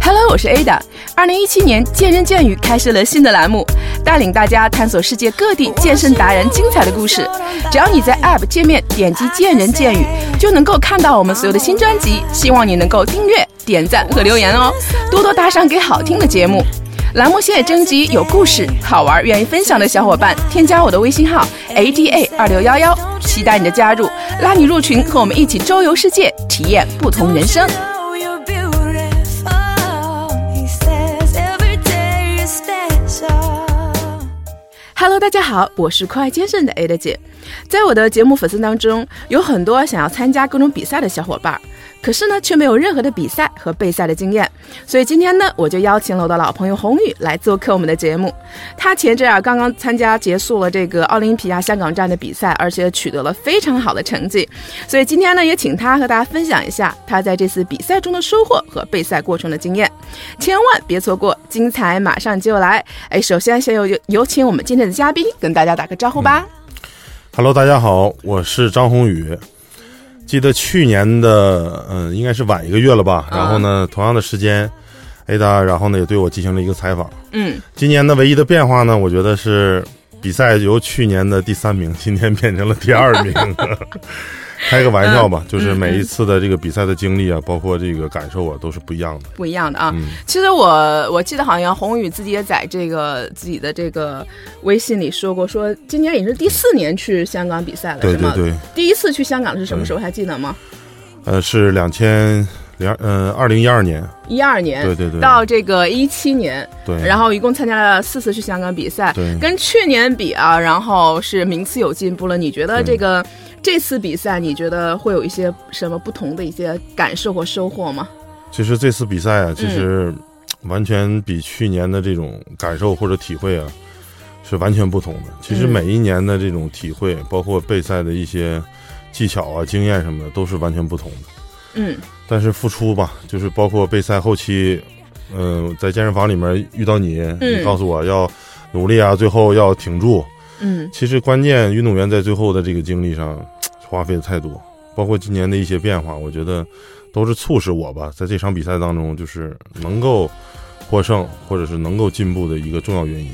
Hello，我是 Ada。二零一七年，健人健语开设了新的栏目，带领大家探索世界各地健身达人精彩的故事。只要你在 App 界面点击“健人健语”，就能够看到我们所有的新专辑。希望你能够订阅、点赞和留言哦，多多打赏给好听的节目。栏目现在征集有故事、好玩、愿意分享的小伙伴，添加我的微信号 ada 二六幺幺，期待你的加入，拉你入群，和我们一起周游世界，体验不同人生。Hello，大家好，我是酷爱健身的 Ada 姐。在我的节目粉丝当中，有很多想要参加各种比赛的小伙伴，可是呢，却没有任何的比赛和备赛的经验。所以今天呢，我就邀请了我的老朋友红宇来做客我们的节目。他前阵啊，刚刚参加结束了这个奥林匹亚香港站的比赛，而且取得了非常好的成绩。所以今天呢，也请他和大家分享一下他在这次比赛中的收获和备赛过程的经验。千万别错过，精彩马上就来。哎，首先先有有有请我们今天的嘉宾跟大家打个招呼吧。 Hello，大家好，我是张宏宇。记得去年的，嗯、应该是晚一个月了吧？啊然后呢，同样的时间，Ada，然后呢也对我进行了一个采访。嗯，今年的唯一的变化呢，我觉得是比赛由去年的第三名， 今天变成了第二名。 开个玩笑吧，嗯就是每一次的这个比赛的经历啊，包括这个感受啊，都是不一样的。不一样的啊。嗯其实我我记得好像宏宇自己也在这个自己的这个微信里说过，说今年也是第四年去香港比赛了，对是对吗？对，第一次去香港是什么时候？还记得吗？呃，是两千零呃二零一二年，一二年，对对对到这个一七年，对，然后一共参加了四次去香港比赛对，跟去年比啊，然后是名次有进步了。你觉得这个这次比赛，你觉得会有一些什么不同的一些感受或收获吗？其实这次比赛啊，其实完全比去年的这种感受或者体会啊，是完全不同的。其实嗯每一年的这种体会，包括备赛的一些技巧啊、经验什么的，都是完全不同的。嗯但是付出吧，就是包括备赛后期，嗯、在健身房里面遇到你，嗯你告诉我要努力啊，最后要挺住。嗯其实关键运动员在最后的这个经历上花费的太多，包括今年的一些变化，我觉得都是促使我吧，在这场比赛当中就是能够获胜或者是能够进步的一个重要原因。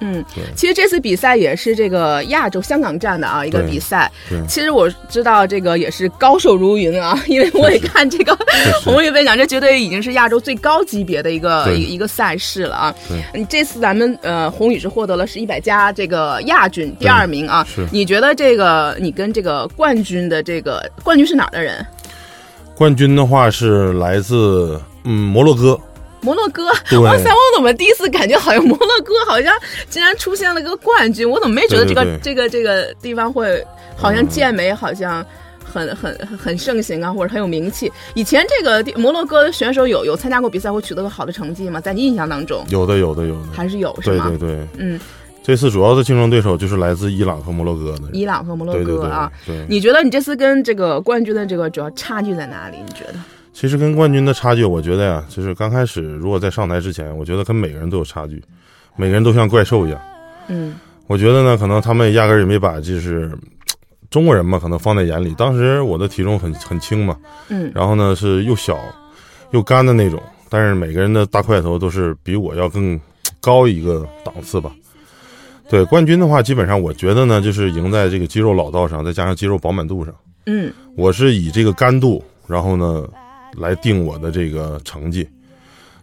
嗯，对其实这次比赛也是这个亚洲香港站的啊一个对比赛对。其实我知道这个也是高手如云啊，因为我也确实看这个确实红宇分享，这绝对已经是亚洲最高级别的一个对一一个赛事了啊对！嗯，这次咱们呃红宇是获得了是一百加这个亚军第二名啊是。你觉得这个你跟这个冠军的这个冠军是哪儿的人？冠军的话是来自嗯摩洛哥，摩洛哥，对哇塞！我怎么第一次感觉好像摩洛哥好像竟然出现了个冠军？我怎么没觉得这个对对对嗯这个这个地方会好像健美好像很很很盛行啊，或者很有名气？以前这个地摩洛哥的选手有有参加过比赛或取得过好的成绩吗？在你印象当中有的有的有的，还是有是对吗？对对，嗯，这次主要的竞争对手就是来自伊朗和摩洛哥的，伊朗和摩洛对对哥对啊。对，你觉得你这次跟这个冠军的这个主要差距在哪里？你觉得？其实跟冠军的差距，我觉得呀、就是刚开始如果在上台之前，我觉得跟每个人都有差距，每个人都像怪兽一样。嗯我觉得呢，可能他们压根儿也没把就是中国人嘛，可能放在眼里。当时我的体重很很轻嘛，嗯然后呢是又小又干的那种，但是每个人的大块头都是比我要更高一个档次吧。对冠军的话，基本上我觉得呢，就是赢在这个肌肉老道上，再加上肌肉饱满度上。嗯 我是以这个干度，然后呢，来定我的这个成绩。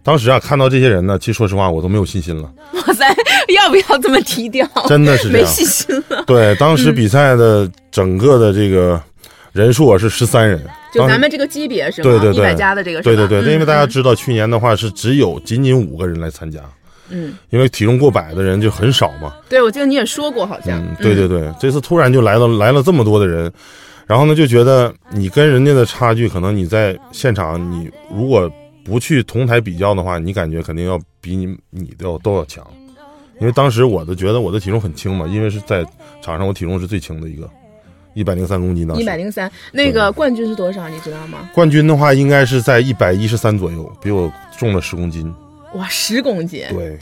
当时啊，看到这些人呢，其实说实话，我都没有信心了，哇塞，要不要这么低调？ 真的是这没样。信心了。对，当时比赛的整个的这个人数啊是十三人，就当时咱们这个级别是吗？对对一对百加的这个是对吧？对对，嗯因为大家知道去年的话是只有仅仅五个人来参加，嗯，因为体重过百的人就很少嘛。对，我记得你也说过，好像嗯，对对对，这次突然就来到来了这么多的人，然后呢就觉得你跟人家的差距，可能你在现场你如果不去同台比较的话，你感觉肯定要比你你的要都要强，因为当时我的觉得我的体重很轻嘛，因为是在场上我体重是最轻的一个，一百零三公斤当一百时。零三，那个冠军是多少？你知道吗？冠军的话应该是在一百一十三左右，比我重了十公斤。哇，十公斤，对，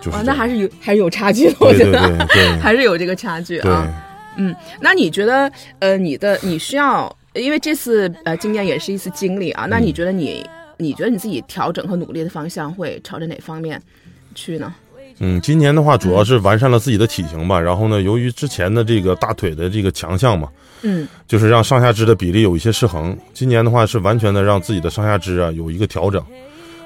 就是哇，哦这那样还是有还是有差距的，我对觉对得对对还是有这个差距对啊。那你觉得，嗯呃，你的你需要，因为这次呃经验也是一次经历啊，那你觉得你你觉得你自己调整和努力的方向会朝着哪方面去呢？嗯，今年的话主要是完善了自己的体型吧，然后呢，由于之前的这个大腿的这个强项嘛，嗯，就是让上下肢的比例有一些失衡。今年的话是完全的让自己的上下肢啊有一个调整，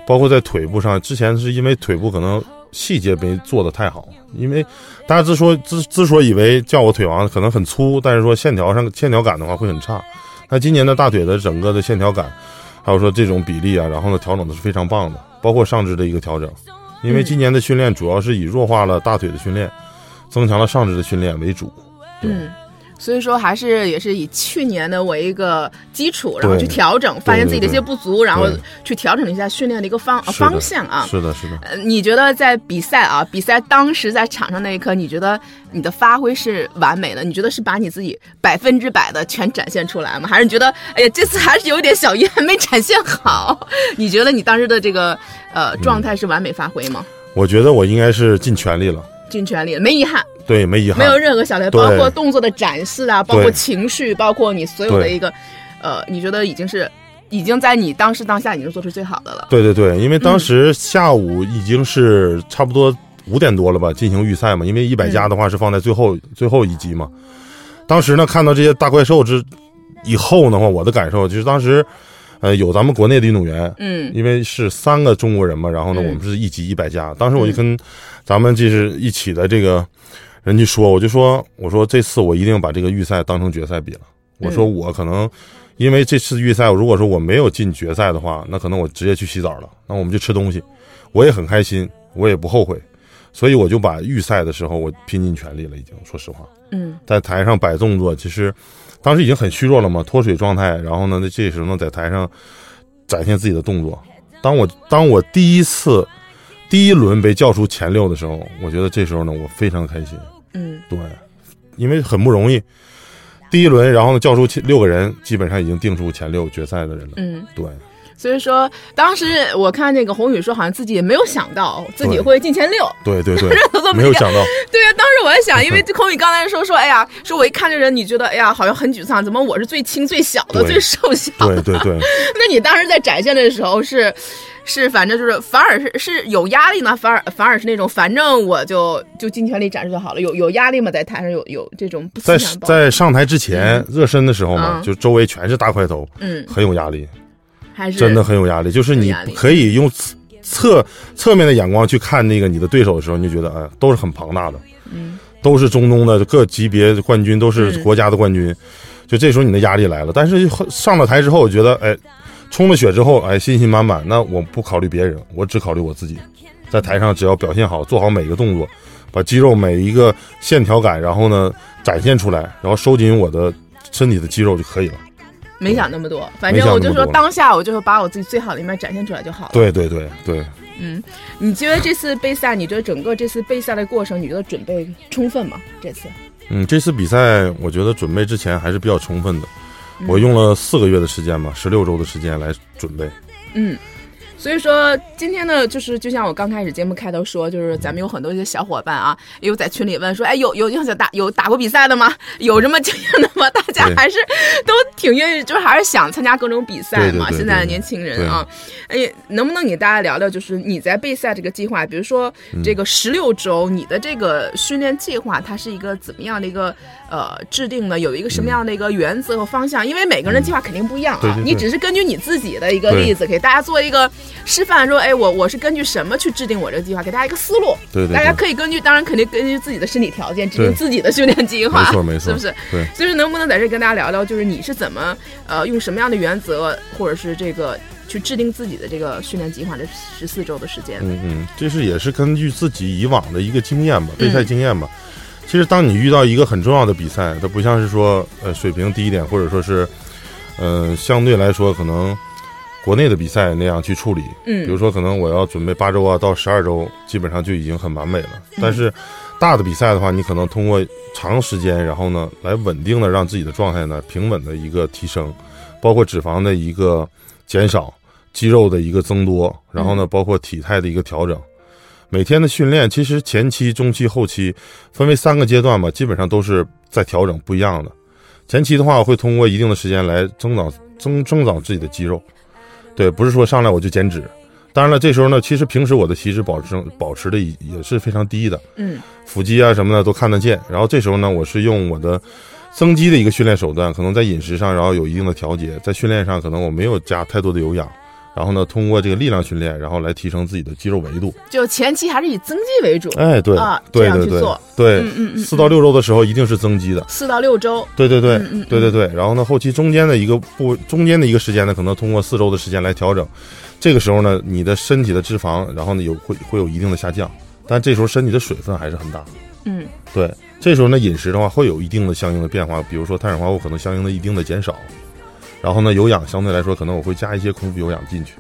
包括在腿部上，之前是因为腿部可能细节没做的太好，因为大家之说之之所以以为叫我腿王可能很粗，但是说线条上线条感的话会很差。那今年的大腿的整个的线条感，还有说这种比例啊，然后呢调整的是非常棒的，包括上肢的一个调整，因为今年的训练主要是以弱化了大腿的训练，增强了上肢的训练为主。对嗯，所以说还是也是以去年的为一个基础，然后去对调整，发现自己的一些不足，然后对去调整一下训练的一个方、呃是的方向啊。是的，是的。呃你觉得在比赛啊，比赛当时在场上那一刻，你觉得你的发挥是完美的？你觉得是把你自己百分之百的全展现出来吗？还是你觉得，哎呀，这次还是有点小遗憾没展现好？你觉得你当时的这个呃状态是完美发挥吗？我觉得我应该是尽全力了，尽全力，没遗憾，对，没遗憾，没有任何小遗憾，啊对包括动作的展示啊，包括对情绪，包括你所有的对一个，呃，你觉得已经是已经在你当时当下已经做出最好的了。对对对，因为当时下午已经是差不多五点多了吧，进行预赛嘛。因为一百加的话是放在最嗯后、最后一击嘛。当时呢，看到这些大怪兽之以后的话，我的感受就是当时，呃，有咱们国内的运动员，嗯因为是三个中国人嘛，然后呢，嗯我们是一级一百加。当时我就跟咱们就是一起的这个人去说，我就说，我说这次我一定把这个预赛当成决赛比了。我说嗯我可能因为这次预赛，如果说我没有进决赛的话，那可能我直接去洗澡了，那我们就吃东西，我也很开心，我也不后悔。所以我就把预赛的时候我拼尽全力了，已经说实话。嗯在台上摆动作，其实当时已经很虚弱了嘛，脱水状态。然后呢，那这时候呢，在台上展现自己的动作。当我当我第一次第一轮被叫出前六的时候，我觉得这时候呢，我非常开心。嗯对，因为很不容易，第一轮，然后呢，叫出前六个人，基本上已经定出前六决赛的人了。嗯，对，所以说当时我看那个宏宇说，好像自己也没有想到自己对会进前六。，对对对 都没有想到，对呀、当时我在想，因为这宏宇刚才说说，哎呀，说我一看这人，你觉得哎呀，好像很沮丧，怎么我是最轻、最小的、对最瘦小对的？对对。 那你当时在展现的时候是，是反正就是反而是是有压力呢，反而反而是那种反正我就就尽全力展示就好了。有有压力吗？在台上有有这种不在思想包在上台之前热身的时候嘛，嗯就周围全是大块头，嗯，很有压力。还是真的很有压力。就是有你压力可以用侧侧侧面的眼光去看那个你的对手的时候，你就觉得，哎，都是很庞大的，嗯，都是中东的各级别的冠军，都是嗯国家的冠军。就这时候你的压力来了，但是上了台之后，我觉得，哎，充了血之后，哎，信心满满。那我不考虑别人，我只考虑我自己，在台上只要表现好，做好每个动作，把肌肉每一个线条感，然后呢展现出来，然后收紧我的身体的肌肉就可以了。没想那么多，反没正想我那就么说多当下我就把我自己最好的一面展现出来就好了。对对对对，嗯，你觉得这次备赛，你觉得整个这次备赛的过程，你觉得准备充分吗？这次，嗯，这次比赛我觉得准备之前还是比较充分的，嗯我用了四个月的时间吧，十六周的时间来准备。嗯，所以说今天呢，就是就像我刚开始节目开头说，就是咱们有很多一些小伙伴啊，也有在群里问说，哎，有有有想打有打过比赛的吗？有什么经验的吗？大 家对还是都挺愿意，就是还是想参加各种比赛对对嘛。对现在的对年轻人啊，哎，能不能给大家聊聊，就是你在备赛这个计划，比如说嗯这个十六周，你的这个训练计划，它是一个怎么样的一个呃制定的？有一个什么样的一个原则和方向？因为每个人的计划肯定不一样嗯对啊，对对你只是根据你自己的一个对例子，给大家做一个示范，说，哎，我我是根据什么去制定我这个计划，给大家一个思路。对对大家对，可以根据，当然肯定根据自己的身体条件制定对自己的训练计划，没错没错是不是？对，所以说，能不能在这跟大家聊聊，就是你是怎么呃用什么样的原则，或者是这个去制定自己的这个训练计划？这十四周的时间，嗯嗯，这是也是根据自己以往的一个经验吧，备赛嗯经验吧。其实当你遇到一个很重要的比赛，它不像是说呃水平低一点，或者说是呃相对来说可能国内的比赛那样去处理，嗯，比如说，可能我要准备八周啊到十二周，基本上就已经很完美了。但是大的比赛的话，你可能通过长时间，然后呢，来稳定的让自己的状态呢平稳的一个提升，包括脂肪的一个减少，肌肉的一个增多，然后呢，包括体态的一个调整。每天的训练，其实前期、中期、后期分为三个阶段吧，基本上都是在调整不一样的。前期的话，会通过一定的时间来增长增增长自己的肌肉，对，不是说上来我就减脂。当然了，这时候呢，其实平时我的体脂保持保持的也也是非常低的，嗯腹肌啊什么的都看得见。然后这时候呢，我是用我的增肌的一个训练手段，可能在饮食上，然后有一定的调节，在训练上可能我没有加太多的有氧，然后呢，通过这个力量训练，然后来提升自己的肌肉维度。就前期还是以增肌为主，哎，对，啊这对样对去对做对嗯，嗯嗯，四到六周的时候一定是增肌的，四到六周，对对对嗯嗯，对对对。然后呢，后期中间的一个部，中间的一个时间呢，可能通过四周的时间来调整。这个时候呢，你的身体的脂肪，然后呢有会会有一定的下降，但这时候身体的水分还是很大。嗯对，这时候呢饮食的话会有一定的相应的变化，比如说碳水化合物可能相应的一定的减少，然后呢有氧相对来说可能我会加一些空腹有氧进去。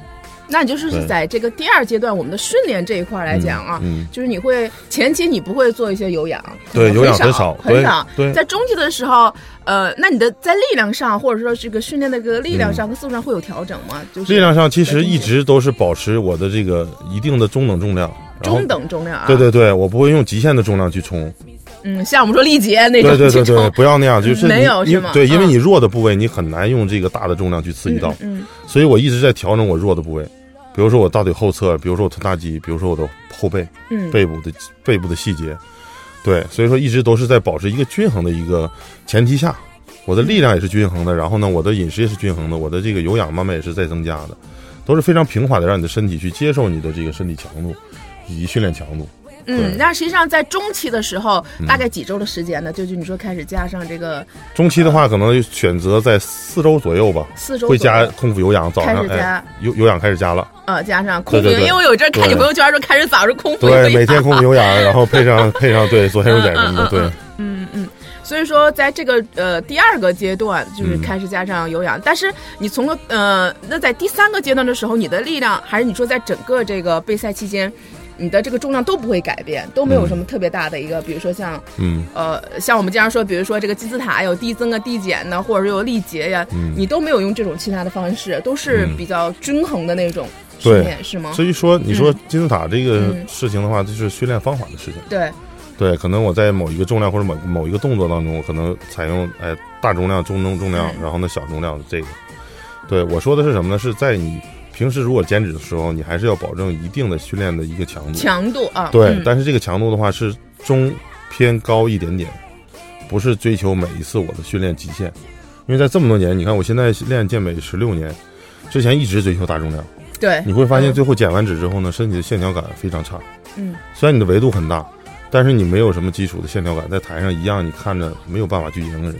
那你就是是对在这个第二阶段我们的训练这一块来讲啊，嗯，就是你会前期你不会做一些有氧，可对能有氧很很少很对少。对在中期的时候，呃，那你的在力量上，或者说这个训练的这个力量上和速度上会有调整吗？就是嗯力量上其实一直都是保持我的这个一定的中等重量，然后中。等重量啊，对，对对，我不会用极限的重量去冲，嗯，像我们说力竭那种对对这种对对，不要那样，就是没你有是因吗对，因为嗯你弱的部位你很难用这个大的重量去刺激到，嗯，嗯 所以我一直在调整我弱的部位，比如说我大腿后侧，比如说我臀大肌，比如说我的后背、嗯，背部的背部的细节，对，所以说一直都是在保持一个均衡的一个前提下，我的力量也是均衡的，然后呢，我的饮食也是均衡的，我的这个有氧慢慢也是在增加的，都是非常平缓的，让你的身体去接受你的这个身体强度以及训练强度。嗯对，那实际上在中期的时候，大概几周的时间呢？就就你说开始加上这个中期的话，可能选择在四周左右吧，四周会左加右空腹有氧，早开上始加哎，有有氧开始加了，呃，加上空腹，对对对因为我有阵儿看你对朋友圈说开始早上空腹，对，所以每天空腹有氧，然后配上配上对左旋手减什么嗯的，对，嗯嗯，所以说在这个呃第二个阶段就是嗯开始加上有氧，但是你从了呃那在第三个阶段的时候，你的力量还是你说在整个这个备赛期间。你的这个重量都不会改变，都没有什么特别大的一个，比如说像嗯呃，像我们经常说，比如说这个金字塔有递增啊、递减呐，或者是有力竭呀、嗯你都没有用这种其他的方式，都是嗯比较均衡的那种训对练，是吗？所以说你说金字塔这个嗯事情的话，就是训练方法的事情。对，对，可能我在某一个重量或者某某一个动作当中，我可能采用哎大重量、中重重量，嗯然后呢小重量的这个。对我说的是什么呢？是在你平时如果减脂的时候，你还是要保证一定的训练的一个强度。强度啊，对，嗯但是这个强度的话是中偏高一点点，不是追求每一次我的训练极限。因为在这么多年，你看我现在练健美十六年，之前一直追求大重量，对，你会发现嗯最后减完脂之后呢，身体的线条感非常差。嗯虽然你的维度很大，但是你没有什么基础的线条感，在台上一样你看着没有办法去赢人家。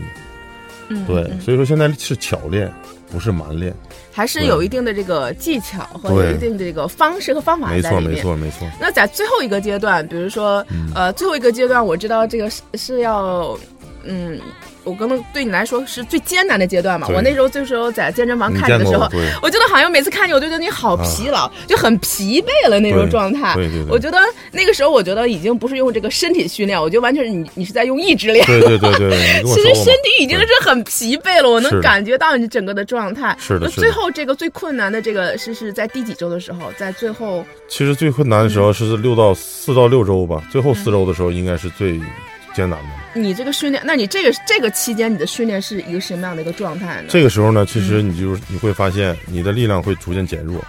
嗯，对，嗯所以说现在是巧练，不是蛮练。还是有一定的这个技巧和对有一定的这个方式和方法没在错，里没面。错，没错。那在最后一个阶段，比如说，呃，最后一个阶段，我知道这个是是要，嗯，我可能对你来说是最艰难的阶段嘛。对我那时候这时候在健身房你看见你的过时候我，对我觉得好像每次看你，我就觉得你好疲劳，就很疲惫了那种对状态。啊对对我对。觉得那个时候，我觉得已经不是用这个身体训练，我觉得完全是你你是在用意志练。对对对对对，你跟我其实说过身吗？体已经是很疲惫了，我是能的感觉到你整个的状态。是的那是的最后这个最困难的这个是是在第几周的时候？在最后其实最困难的时候嗯是六到四到六周吧，最后四周的时候应该是最艰难的。你这个训练，那你这个这个期间你的训练是一个什么样的一个状态呢？这个时候呢，其实你就是你会发现你的力量会逐渐减弱，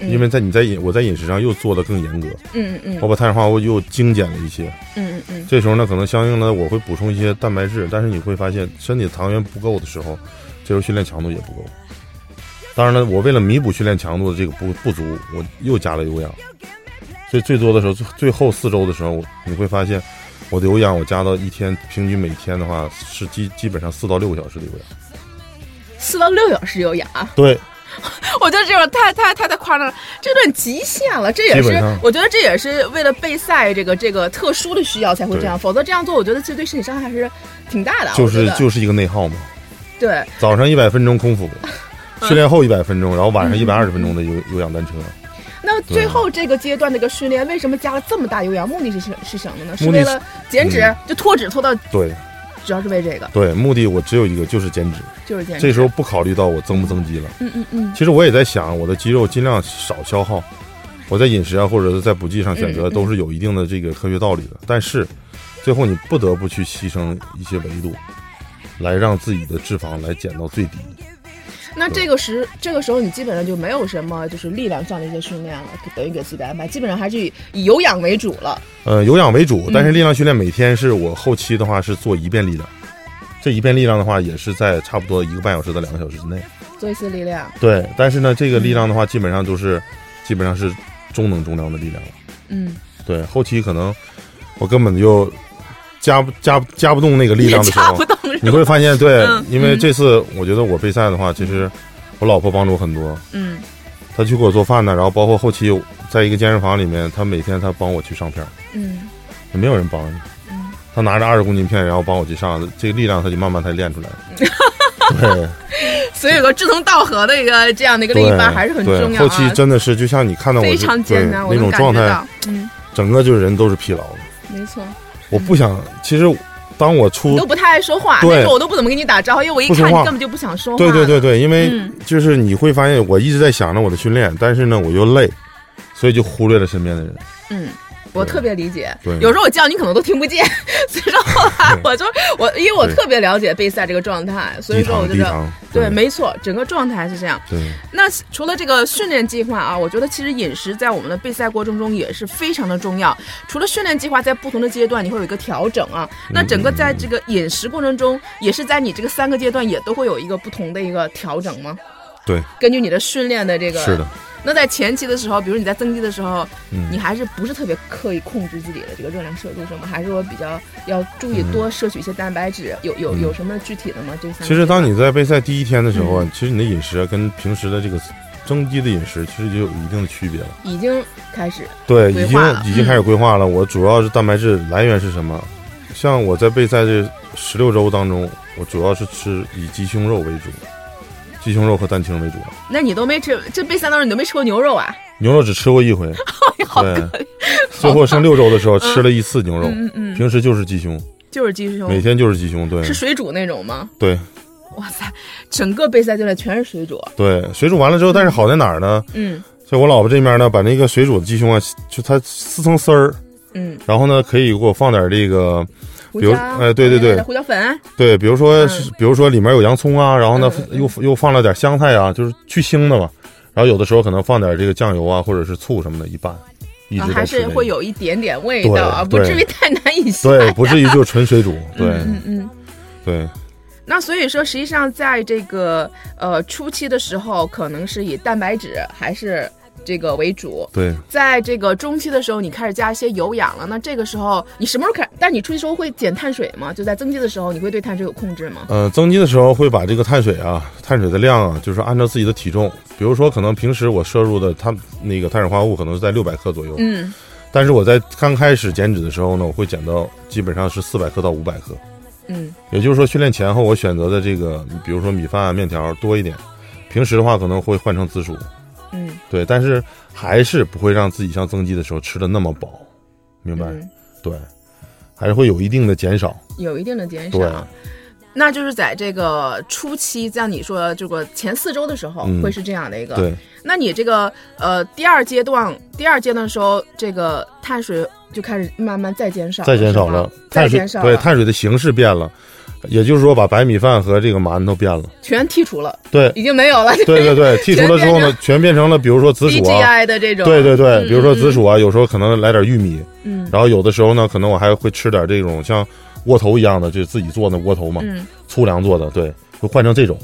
嗯因为在你在饮我在饮食上又做的更严格，嗯嗯我把碳水化合物又精简了一些。嗯嗯嗯这时候呢，可能相应的我会补充一些蛋白质，但是你会发现身体糖原不够的时候，这时候训练强度也不够。当然了，我为了弥补训练强度的这个不不足，我又加了有氧。所以最多的时候，最最后四周的时候，我你会发现，我的有氧我加到一天平均每天的话是基基本上四到六个小时的有氧。四到六小时有氧，对，我觉得这种太太太太夸张了，这段极限了。这也基是本上我觉得这也是为了备赛这个这个特殊的需要才会这样，否则这样做我觉得其实对身体伤害还是挺大的啊。就我是觉得就是一个内耗嘛。对，早上一百分钟 空腹，训练后一百分钟，然后晚上一百二十分钟的有有氧单车。那最啊后这个阶段的一个训练，为什么加了这么大有氧？目的是什是什么呢？是目的为是了减脂，嗯就脱脂脱到，对主要是为这个，对，目的我只有一个，就是减脂。就是减脂。这时候不考虑到我增不增肌了。嗯嗯嗯其实我也在想，我的肌肉尽量少消耗，我在饮食啊，或者是在补剂上选择，嗯嗯都是有一定的这个科学道理的。但是，最后你不得不去牺牲一些维度，来让自己的脂肪来减到最低。那这个时这个时候你基本上就没有什么就是力量上的一些训练了，等于给自己的安排，基本上还是以以有氧为主了。呃，有氧为主，但是力量训练每天是我后期的话是做一遍力量，这一遍力量的话也是在差不多一个半小时到两个小时之内。做一次力量，对，但是呢，这个力量的话，基本上就是基本上是中等重量的力量了。嗯，对，后期可能我根本就加不加不加不动那个力量的时掐候不，动是吧你会发现，对，嗯因为这次我觉得我备赛的话，其实我老婆帮助我很多，嗯她去给我做饭呢，然后包括后期在一个健身房里面，她每天她帮我去上片儿，嗯也没有人帮你嗯，她拿着二十公斤片，然后帮我去上，这个力量她就慢慢才练出来。对，所以有个志同道合的一个这样的一个另对，一半还是很重对要后啊，期真的是就像你看到我非是常艰难，对我那能种感状觉态，到，嗯，整个就是人都是疲劳的。没错，我不想，其实当我出你都不太爱说话，对那时候我都不怎么跟你打招呼，因为我一不说看你话根本就不想说话，对对对，对，因为嗯就是你会发现，我一直在想着我的训练，但是呢，我又累，所以就忽略了身边的人。嗯。我对特别理解对，有时候我叫你可能都听不见，所以说后来 我就我因为我对特别了解备赛这个状态，所低以说糖我就低知道，糖，对，没错，整个状态是这样。对那除了这个训练计划啊，我觉得其实饮食在我们的备赛过程中也是非常的重要。除了训练计划，在不同的阶段你会有一个调整啊。那整个在嗯这个饮食过程中，也是在你这个三个阶段也都会有一个不同的一个调整吗？对，根据你的训练的这个。是的。。那在前期的时候，比如你在增肌的时候，嗯你还是不是特别刻意控制自己的这个热量摄入是吗？还是我比较要注嗯意多摄取一些蛋白质？有有有什么具体的吗？这三个嗯其实阶段当你在备赛第一天的时候啊，其实你的饮食啊跟平时的这个增肌的饮食其实就有一定的区别了。已经开始，对，规已划了嗯经已经开始规划了。我主要是蛋白质来源是什么？像我在备赛这十六周当中，我主要是吃以鸡胸肉为主，鸡胸肉和蛋清为主。那你都没吃这备赛当中你都没吃过牛肉啊？牛肉只吃过一回，好对， 最后剩六周的时候吃了一次牛肉，嗯嗯嗯，平时就是鸡胸，就是鸡胸，每天就是鸡胸，对是水煮那种吗？对哇塞，整个备赛就在全是水煮，对。水煮完了之后，但是好在哪儿呢？嗯就我老婆这边呢，把那个水煮的鸡胸啊，就它撕成丝儿，嗯，然后呢可以给我放点这个，胡比如椒，哎对对对胡椒粉，对，比如说、嗯是比如说里面有洋葱啊，然后呢嗯又又放了点香菜啊，就是去腥的嘛。然后有的时候可能放点这个酱油啊，或者是醋什么的，一拌，一啊直在还吃、这是个会有一点点味道啊，不对对至于太难以下。对，不至于就是 纯水煮，对、嗯嗯嗯。对。那所以说，实际上在这个呃初期的时候，可能是以蛋白质还是这个为主。对，在这个中期的时候，你开始加一些有氧了。那这个时候，你什么时候开？但你初期时候会减碳水吗？就在增肌的时候，你会对碳水有控制吗？呃，增肌的时候会把这个碳水啊、碳水的量啊，就是按照自己的体重，比如说可能平时我摄入的碳那个碳水化合物可能是在六百克左右，嗯，但是我在刚开始减脂的时候呢，我会减到基本上是四百克到五百克，嗯也就是说训练前后我选择的这个，比如说米饭啊、面条多一点，平时的话可能会换成紫薯，嗯，对，但是还是不会让自己像增肌的时候吃的那么饱，明白？嗯对，还是会有一定的减少，有一定的啊减对。少。那就是在这个初期，像你说这个前四周的时候，嗯会是这样的一个。对，那你这个呃第二阶段，第二阶段的时候，这个碳水就开始慢慢再减少，再减少了是吗，碳再水减少了，对碳水的形式变了，也就是说把白米饭和这个馒头变了。全剔除了，对已经没有了。对 对对，剔除了之后呢，全变成了比如说紫薯啊， DGI 的这种，对对对，嗯比如说紫薯啊，有时候可能来点玉米，嗯然后有的时候呢，可能我还会吃点这种像窝头一样的，就是自己做的窝头嘛，嗯粗粮做的，对，会换成这种，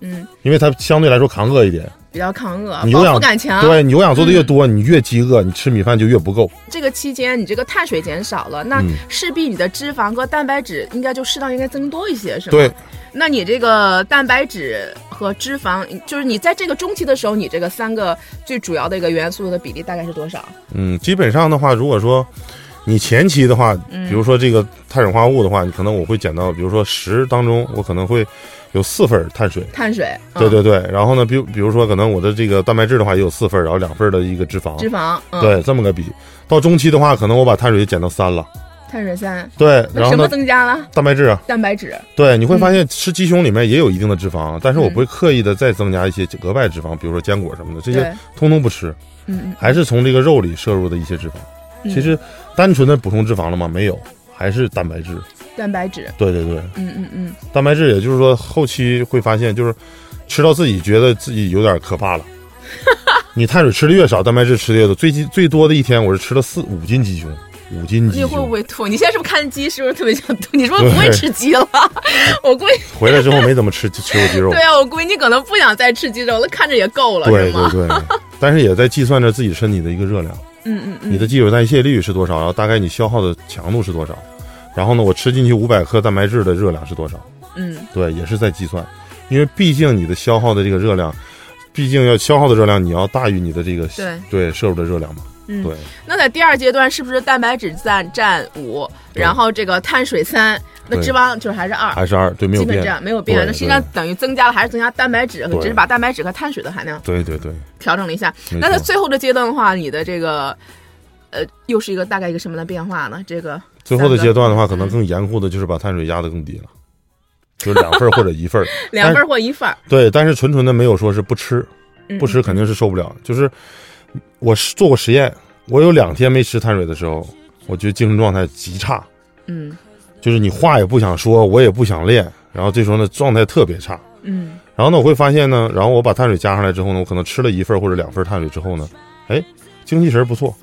嗯，因为它相对来说扛饿一点。比较抗饿，你有饱腹氧感强。嗯对，你有氧做的越多，你越饥饿，你吃米饭就越不够。这个期间你这个碳水减少了，那嗯势必你的脂肪和蛋白质应该就适当应该增多一些，是吗？对。那你这个蛋白质和脂肪，就是你在这个中期的时候，你这个三个最主要的一个元素的比例大概是多少？嗯，基本上的话，如果说你前期的话，嗯比如说这个碳水化合物的话，你可能我会减到，比如说十当中，我可能会有四份儿碳水。碳水，嗯对，对对，然后呢，比如比如说，可能我的这个蛋白质的话也有四份儿，然后两份儿的一个脂肪，脂肪，嗯，，对，这么个比。到中期的话，可能我把碳水就减到三了，碳水三，对，那然后什么呢，增加了？蛋白质啊，蛋白质，对，你会发现吃鸡胸里面也有一定的脂肪，但是我不会刻意的再增加一些额外脂肪，比如说坚果什么的，这对些，哎通通不吃，嗯嗯，还是从这个肉里摄入的一些脂肪。嗯其实单纯的补充脂肪了吗？没有，还是蛋白质。蛋白质，对对对，嗯嗯嗯，蛋白质也就是说后期会发现，就是吃到自己觉得自己有点可 怕了。你碳水吃的越少，蛋白质吃的越多。最近最多的一天，我是吃了四五斤鸡胸，五斤鸡你会不胸。会吐？你现在是不是看鸡是不是特别想吐？你是不是不会吃鸡 了？我估计，回来之后没怎么吃吃过鸡肉 对，啊，我估计你可能不想再吃鸡肉了，看着也够了，对是对吗？对， 但是也在计算着自己身体的一个热量。嗯嗯你嗯，的基础代谢率是多少，然后大概你消耗的强度是多少，然后呢，我吃进去五百克蛋白质的热量是多少？嗯，对，也是在计算，因为毕竟你的消耗的这个热量，毕竟要消耗的热量你要大于你的这个对摄入的热量嘛。嗯对，那在第二阶段是不是蛋白质占占五，对然后这个碳水三，那对脂肪就是还是二，还是二，对，没有基本变这。样没有变。对那实际上等于增加了，还是增加蛋白质，对只是把蛋白质和碳水的含量对对对，调整了一下。没那在错。最后的阶段的话，你的这个呃，又是一个大概一个什么样的变化呢？这个最后的阶段的话，三个可能更严酷的就是把碳水压得更低了，就两份儿或者一 份儿。两份儿或一份儿，对，但是纯纯的没有说是不吃，嗯哎不吃肯定是受不了。就是我是做过实验，我有两天没吃碳水的时候，我觉得精神状态极差，嗯就是你话也不想说，我也不想练，然后这时候呢状态特别差。嗯然后呢，我会发现呢，然后我把碳水加上来之后呢，我可能吃了一份或者两份碳水之后呢，哎，精气神儿不错，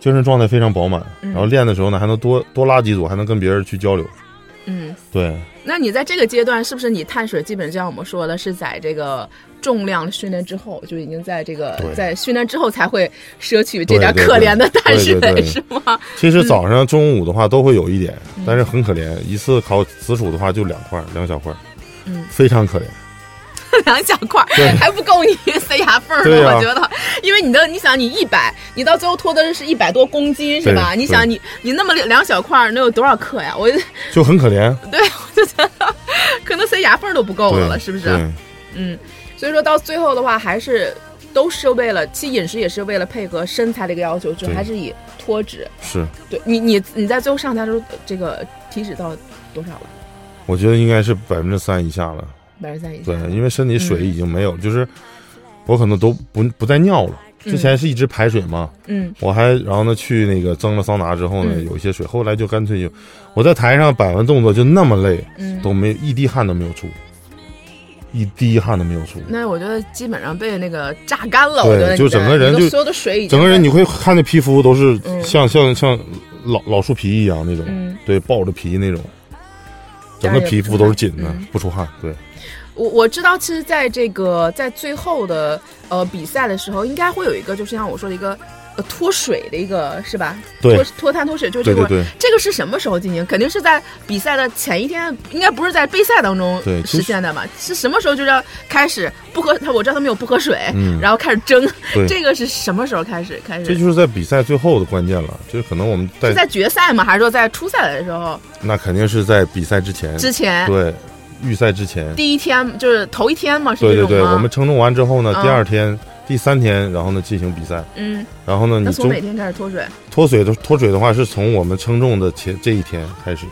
精神状态非常饱满。嗯然后练的时候呢，还能多多拉几组，还能跟别人去交流。嗯。对，那你在这个阶段，是不是你碳水基本就像我们说的，是在这个重量训练之后，就已经在这个对在训练之后才会摄取这点对对对可怜的碳水，对对对是吗？其实早上、中午的话都会有一点，嗯但是很可怜，一次烤紫薯的话就两块儿，两小块儿，嗯非常可怜。两小块儿对还不够你塞牙缝儿对的，呀我觉得，因为你的，你想你一百，你到最后拖的是一百多公斤，是吧？对你想你你那么两小块儿，能有多少克呀？我 就很可怜，对我就觉得可能塞牙缝儿都不够对了，是不是？对嗯，所以说到最后的话，还是都是为了，其实饮食也是为了配合身材的一个要求，就对还是以脱脂。是，对你，你你在最后上台的时候，呃这个体脂到多少了？我觉得应该是百分之三以下了。百分之三以下对。，因为身体水已经没嗯有，就是我可能都不不再尿了。之前是一直排水嘛，嗯我还然后呢去那个蒸了桑拿之后呢，嗯有一些水，后来就干脆就我在台上摆完动作就那么累，嗯。都没一滴汗都没有出，一滴汗都没有出。那我觉得基本上被那个榨干了，对我觉得你的就整个人就你的所有的水已经整个人你会看那皮肤都是嗯像、像像老老树皮一样那种，嗯对，爆着皮那种，整当然个也不皮肤出都是汗紧的，嗯不出汗。对，我我知道，其实在这个在最后的呃比赛的时候，应该会有一个，就是像我说的一个呃脱水的一个是吧？对脱脱碳脱水，就这对个对对这个是什么时候进行？肯定是在比赛的前一天，应该不是在杯赛当中对其实实现的吧？是什么时候就是要开始不喝？我知道他们有不喝水，嗯然后开始蒸，对，这个是什么时候开始？开始这就是在比赛最后的关键了，就是可能我们在是在决赛吗？还是说在初赛的时候那肯定是在比赛之前，之前？嗯对，预赛之前，第一天就是头一天嘛，是对这种对对，吗我们称重完之后呢，嗯第二天、第三天，然后呢进行比赛，嗯，然后呢那你从中哪天开始脱水？脱水的脱水的话，是从我们称重的前这一天开始，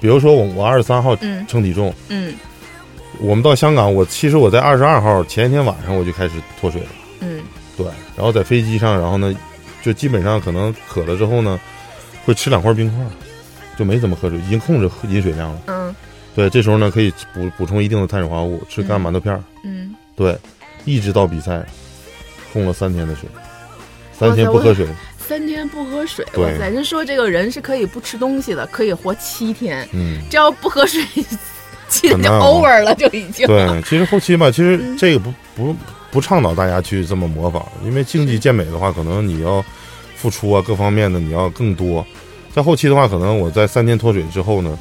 比如说我我二十三号嗯称体重。嗯我们到香港，我其实我在二十二号前一天晚上我就开始脱水了，嗯对，然后在飞机上，然后呢，就基本上可能渴了之后呢，会吃两块冰块，就没怎么喝水，已经控制喝饮水量了。嗯对，这时候呢可以补补充一定的碳水化合物，吃干馒头片儿，嗯。对，一直到比赛，控了三天的水，三天不喝水，哦三天不喝水，对哇塞！人说这个人是可以不吃东西的，可以活七天，嗯，这要不喝水，气的很就难啊 over 了，就已经。对，其实后期吧，其实嗯这个不不不倡导大家去这么模仿，因为竞技健美的话，可能你要付出啊各方面的你要更多。在后期的话，可能我在三天脱水之后呢，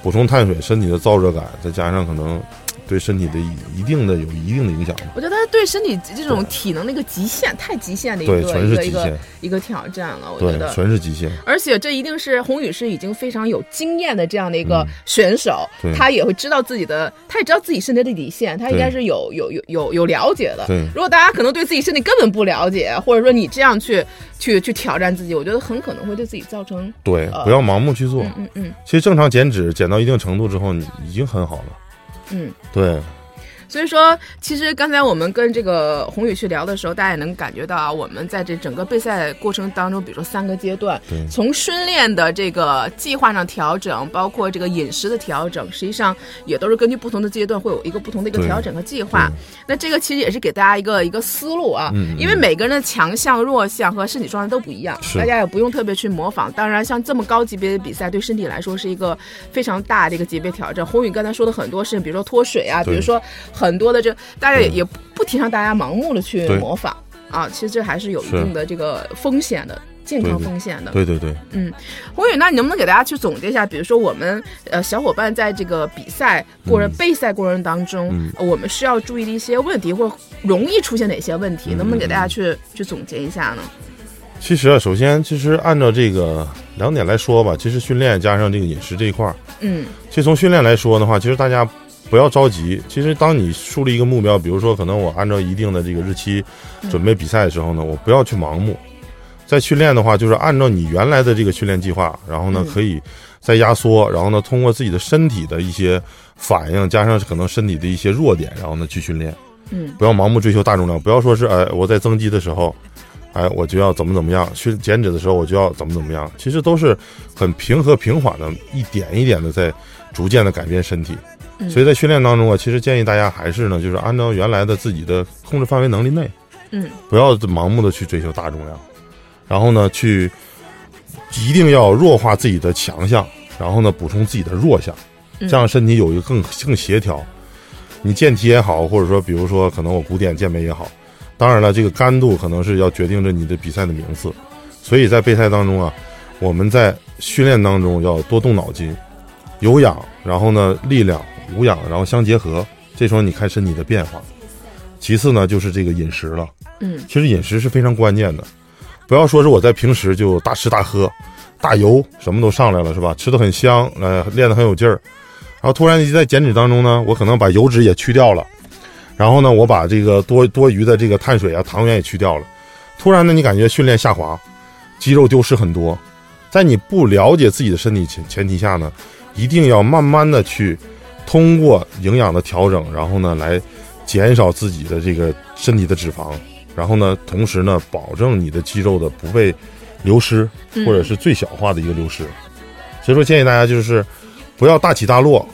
补充碳水，身体的燥热感，再加上可能对身体的一定的有一定的影响吧。我觉得他对身体这种对体能的一个极限，太极限的一个对，纯一是个一极个限，一个挑战了，我觉对，得。嗯纯是极限，而且这一定是洪宇是已经非常有经验的这样的一个嗯选手，对他也会知道自己的，他也知道自己身体的底线，他应该是有有有有有了解的。对如果大家可能对自己身体根本不了解，或者说你这样去去去挑战自己，我觉得很可能会对自己造成，对，呃不要盲目去做。嗯嗯嗯其实正常减脂减到一定程度之后，你已经很好了。嗯。对，所以说，其实刚才我们跟这个宏宇去聊的时候，大家也能感觉到啊，我们在这整个备赛过程当中，比如说三个阶段，对从训练的这个计划上调整，包括这个饮食的调整，实际上也都是根据不同的阶段会有一个不同的一个对调整和计划。那这个其实也是给大家一个一个思路啊，嗯嗯因为每个人的强项、弱项和身体状态都不一样，是大家也不用特别去模仿。当然，像这么高级别的比赛，对身体来说是一个非常大的一个级别挑战。宏宇刚才说的很多事情，比如说脱水啊，比对如说很多的这，大家也也不提倡大家盲目的去嗯对模仿啊，其实这还是有一是定的这个风险的。健康对对风险的，对对对，宏宇，那你能不能给大家去总结一下？比如说，我们呃小伙伴在这个比赛过程、备赛过程当中、嗯呃我们需要注意的一些问题，或者容易出现哪些问题？嗯能不能给大家去去总结一下呢？其实啊，首先其实按照这个两点来说吧，其实训练加上这个饮食这一块儿，嗯其实从训练来说的话，其实大家不要着急。其实当你树立一个目标，比如说可能我按照一定的这个日期嗯准备比赛的时候呢，我不要去盲目。在训练的话，就是按照你原来的这个训练计划，然后呢嗯可以再压缩，然后呢通过自己的身体的一些反应，加上可能身体的一些弱点，然后呢去训练。嗯不要盲目追求大重量，不要说是哎我在增肌的时候，哎我就要怎么怎么样，去减脂的时候我就要怎么怎么样，其实都是很平和平缓的，一点一点的在逐渐的改变身体。嗯所以在训练当中啊，其实建议大家还是呢，就是按照原来的自己的控制范围能力内，嗯不要盲目的去追求大重量，然后呢去一定要弱化自己的强项，然后呢补充自己的弱项，嗯这样身体有一个更更协调。你健体也好，或者说比如说可能我古典健美也好，当然了，这个干度可能是要决定着你的比赛的名次，所以在备赛当中啊，我们在训练当中要多动脑筋，有氧，然后呢力量、无氧，然后相结合，这时候你看身体的变化。其次呢就是这个饮食了。嗯其实饮食是非常关键的，不要说是我在平时就大吃大喝、大油，什么都上来了，是吧？吃的很香，呃，练得很有劲儿，然后突然在减脂当中呢，我可能把油脂也去掉了，然后呢，我把这个多多余的这个碳水啊、糖原也去掉了，突然呢，你感觉训练下滑，肌肉丢失很多，在你不了解自己的身体前前提下呢，一定要慢慢的去通过营养的调整，然后呢来减少自己的这个身体的脂肪。然后呢，同时呢，保证你的肌肉的不被流失，嗯，或者是最小化的一个流失。所以说，建议大家就是不要大起大落。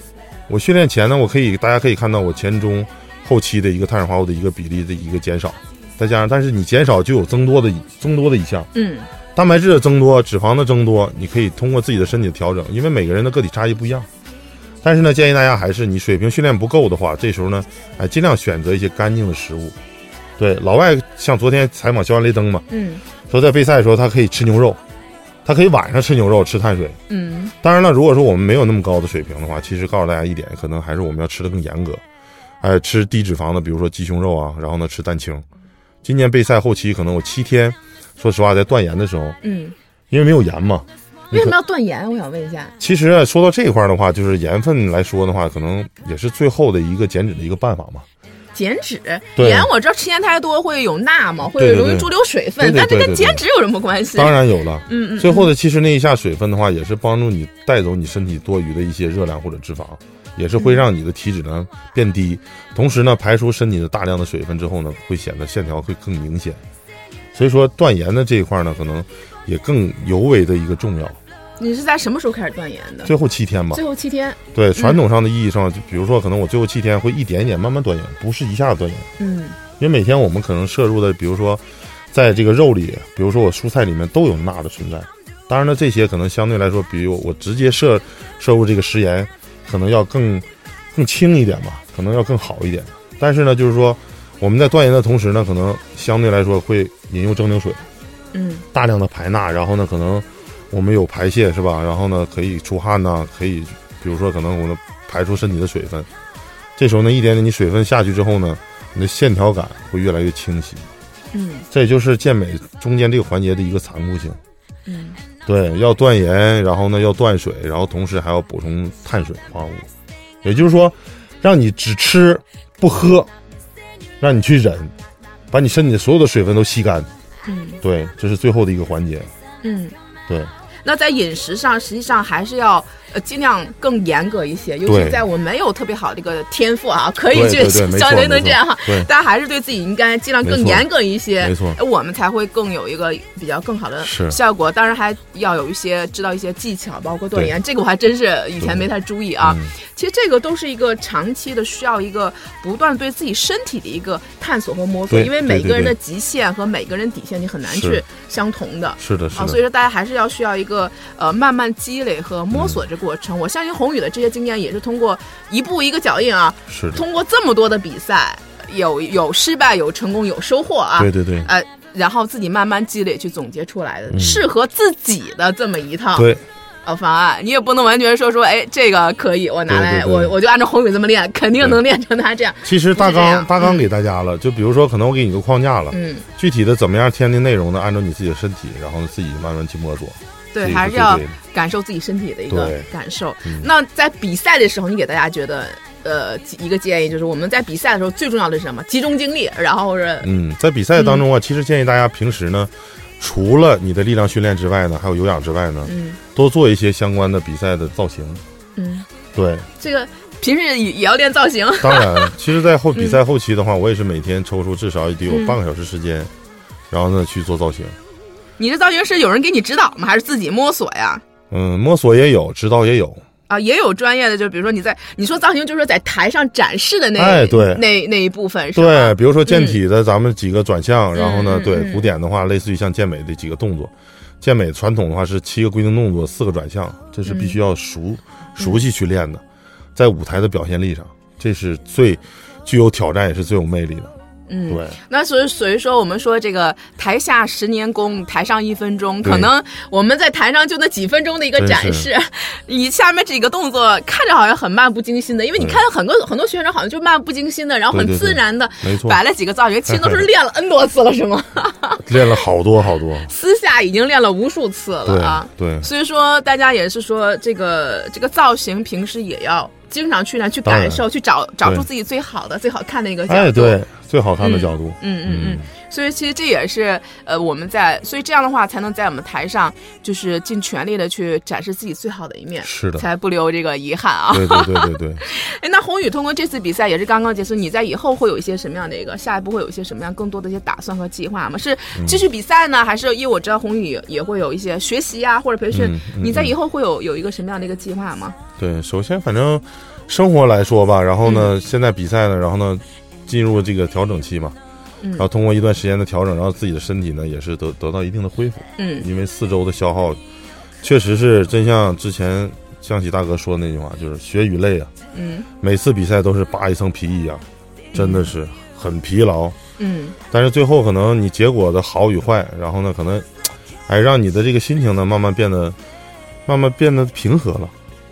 我训练前呢，我可以大家可以看到我前中后期的一个碳水化合物的一个比例的一个减少，再加上，但是你减少就有增多的增多的一项，嗯蛋白质的增多、脂肪的增多，你可以通过自己的身体的调整，因为每个人的个体差异不一样。但是呢，建议大家还是你水平训练不够的话，这时候呢，哎，尽量选择一些干净的食物。对，老外像昨天采访肖恩雷登嘛，嗯说在备赛的时候他可以吃牛肉，他可以晚上吃牛肉吃碳水。嗯当然了，如果说我们没有那么高的水平的话，其实告诉大家一点，可能还是我们要吃的更严格，哎，吃低脂肪的，比如说鸡胸肉啊，然后呢吃蛋清。今年备赛后期可能我七天，说实话在断盐的时候，嗯，因为没有盐嘛。你为什可么要断盐？我想问一下。其实啊，说到这一块儿的话，就是盐分来说的话，可能也是最后的一个减脂的一个办法嘛。减脂对盐，我知道吃盐太多会有钠嘛，会对对容易对潴留水分，对对对但这跟对对减脂有什么关系？当然有了，嗯，嗯最后的其实那一下水分的话，也是帮助你带走你身体多余的一些热量或者脂肪，也是会让你的体脂呢变低，同时呢排出身体的大量的水分之后呢，会显得线条会更明显。所以说断盐的这一块呢，可能也更尤为的一个重要。你是在什么时候开始断盐的？最后七天吧最，嗯后七天。对传统上的意义上，就比如说可能我最后七天会一点一点慢慢断盐，不是一下子断盐，嗯因为每天我们可能摄入的，比如说在这个肉里，比如说我蔬菜里面都有钠的存在。当然了，这些可能相对来说，比我我直接摄摄入这个食盐，可能要更更轻一点吧，可能要更好一点。但是呢，就是说我们在断盐的同时呢，可能相对来说会饮用蒸馏水，嗯大量的排钠，然后呢，可能我们有排泄是吧？然后呢，可以出汗呐、可以比如说可能我们排出身体的水分。这时候呢，一点点你水分下去之后呢，你的线条感会越来越清晰。嗯这也就是健美中间这个环节的一个残酷性。嗯对，要断盐，然后呢要断水，然后同时还要补充碳水化合物，也就是说，让你只吃不喝，让你去忍，把你身体的所有的水分都吸干。嗯对，这是最后的一个环节。嗯。对，那在饮食上，实际上还是要呃尽量更严格一些，尤其对在我没有特别好的一个天赋啊，可以对去对对没小错雷能没这错样哈对，大家还是对自己应该尽量没更错严格一些，没错呃我们才会更有一个比较更好的是效果。当然还要有一些知道一些技巧，包括断对言，这个我还真是以前对没太注意啊。嗯其实这个都是一个长期的，需要一个不断对自己身体的一个探索和摸索，对因为每对个人的对极限和每个人底线你很难是去相同的。是的，是啊，的，所以说大家还是要需要一个呃慢慢积累和嗯摸索这过程。我相信宏宇的这些经验也是通过一步一个脚印啊，是的，通过这么多的比赛，有有失败，有成功，有收获啊，对对对呃，然后自己慢慢积累去总结出来的、嗯适合自己的这么一套对，呃方案。你也不能完全说说，哎，这个可以，我拿来，对对对我我就按照宏宇这么练，肯定能练成他这样。其实大不是这样纲大纲给大家了，就比如说，可能我给你个框架了，嗯，具体的怎么样填的内容呢？按照你自己的身体，然后自己慢慢去摸索。对，这个还是最要对的感受自己身体的一个对感受。嗯那在比赛的时候，你给大家觉得呃几一个建议就是，我们在比赛的时候最重要的是什么？集中精力，然后是嗯，在比赛当中啊，其实建议大家平时呢，除了你的力量训练之外呢，还有有氧之外呢，嗯多做一些相关的比赛的造型。嗯，对，这个平时也也要练造型。当然，其实，在后比赛后期的话，我也是每天抽出至少也得嗯有半个小时时间，然后呢去做造型。你这造型是有人给你指导吗？还是自己摸索呀？嗯，摸索也有，指导也有。啊，也有专业的，就比如说你在你说造型，就是说在台上展示的那、哎对那那一部分是吧？对，比如说健体的，咱们几个转向，然后呢嗯，嗯对嗯古典的话，类似于像健美的几个动作，健美传统的话是七个规定动作，四个转向，这是嗯必须要熟熟悉去练的，在舞台的表现力上，这是最具有挑战，也是最有魅力的。嗯，对，那所以所以说，我们说这个台下十年功，台上一分钟，对可能我们在台上就那几分钟的一个展示， 你下面几个动作看着好像很漫不经心的，因为你对看很多很多学生好像就漫不经心的，然后很对对对自然的没错，摆了几个造型，其实都是练了 N 多次了，是吗？ 练了好多好多。私下已经练了无数次对了啊。对，所以说，大家也是说这个这个造型，平时也要经常去那去当然感受，去找找出对自己最好的、最好看的一个角度。哎，对，最好看的角度，啊嗯嗯嗯，所以其实这也是呃我们在，所以这样的话才能在我们台上就是尽全力的去展示自己最好的一面，是的，才不留这个遗憾啊。嗯对对对对对。哎，那宏宇通过这次比赛也是刚刚结束，你在以后会有一些什么样的一个下一步会有一些什么样更多的一些打算和计划吗？是嗯继续比赛呢，还是因为我知道宏宇也也会有一些学习啊或者培训，嗯嗯你在以后会有有一个什么样的一个计划吗？对，首先反正生活来说吧，然后呢，现在比赛呢，然后呢，进入这个调整期嘛，嗯然后通过一段时间的调整，然后自己的身体呢也是得得到一定的恢复，嗯因为四周的消耗，确实是真像之前象棋大哥说的那句话，就是血与泪啊，嗯每次比赛都是扒一层皮一样，真的是很疲劳，嗯但是最后可能你结果的好与坏，然后呢，可能，哎，让你的这个心情呢慢慢变得，慢慢变得平和了。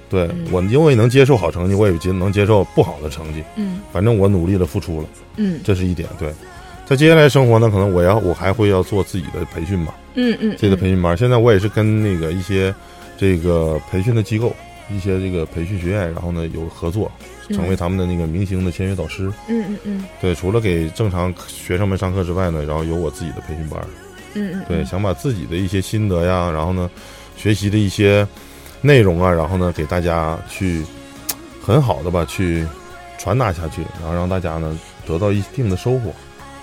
对、嗯我，因为能接受好成绩，我也接能接受不好的成绩，嗯反正我努力了，付出了，嗯这是一点。对，在接下来生活呢，可能我要我还会要做自己的培训吧，嗯嗯，自己的培训班。现在我也是跟那个一些这个培训的机构。一些这个培训学院，然后呢有合作，成为他们的那个明星的签约导师。嗯嗯嗯对，除了给正常学生们上课之外呢，然后有我自己的培训班。嗯嗯，对，想把自己的一些心得呀，然后呢，学习的一些内容啊，然后呢，给大家去很好的吧去传达下去，然后让大家呢得到一定的收获。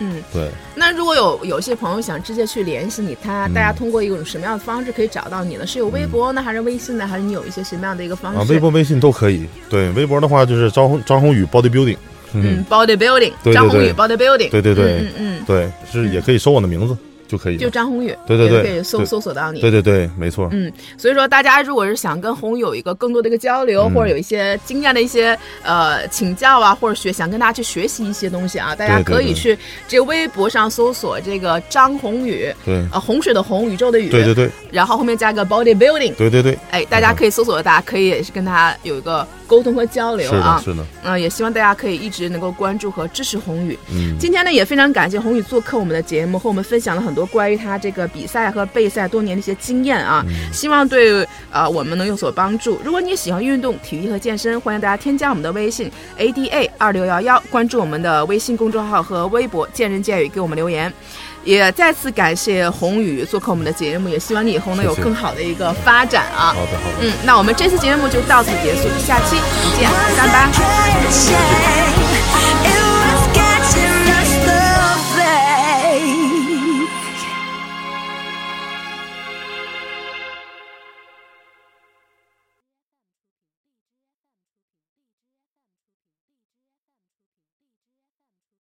嗯。对，那如果有有些朋友想直接去联系你，他嗯大家通过一种什么样的方式可以找到你呢？是有微博呢，还是微信呢，还是你有一些什么样的一个方式？啊，微，博、微信都可以。对，微博的话就是张宏张宏宇 Body Building。嗯，，Body Building，对对对张宏宇 Body Building，对对对嗯嗯对，是嗯也可以搜我的名字就可嗯，以就了。张宏宇，对对对也可以搜对搜索到你。对对对，没错。嗯，所以说大家如果是想跟宏宇有一个更多的一个交流，嗯或者有一些经验的一些呃请教啊，或者学想跟大家去学习一些东西啊，大家对对可以对去这个微博上搜索这个张宏宇，对，呃，洪水的洪，宇宙的宇，对对嗯对然后后面加个 Body Building。对对对，哎，大家可以搜索大家可以也是跟他有一个沟通和交流是的，啊。是的，嗯、也希望大家可以一直能够关注和支持宏宇。嗯，今天呢，也非常感谢宏宇做客我们的节目，和我们分享了很多关于他这个比赛和备赛多年的一些经验啊，嗯希望对呃我们能有所帮助。如果你也喜欢运动、体育和健身，欢迎大家添加我们的微信 ADA 二六幺幺，关注我们的微信公众号和微博“见人见语”，给我们留言。也再次感谢宏宇做客我们的节目，也希望你以后呢有谢谢更好的一个发展啊。好的，好的。嗯，那我们这期节目就到此结束，下期不见，拜拜。 Can't say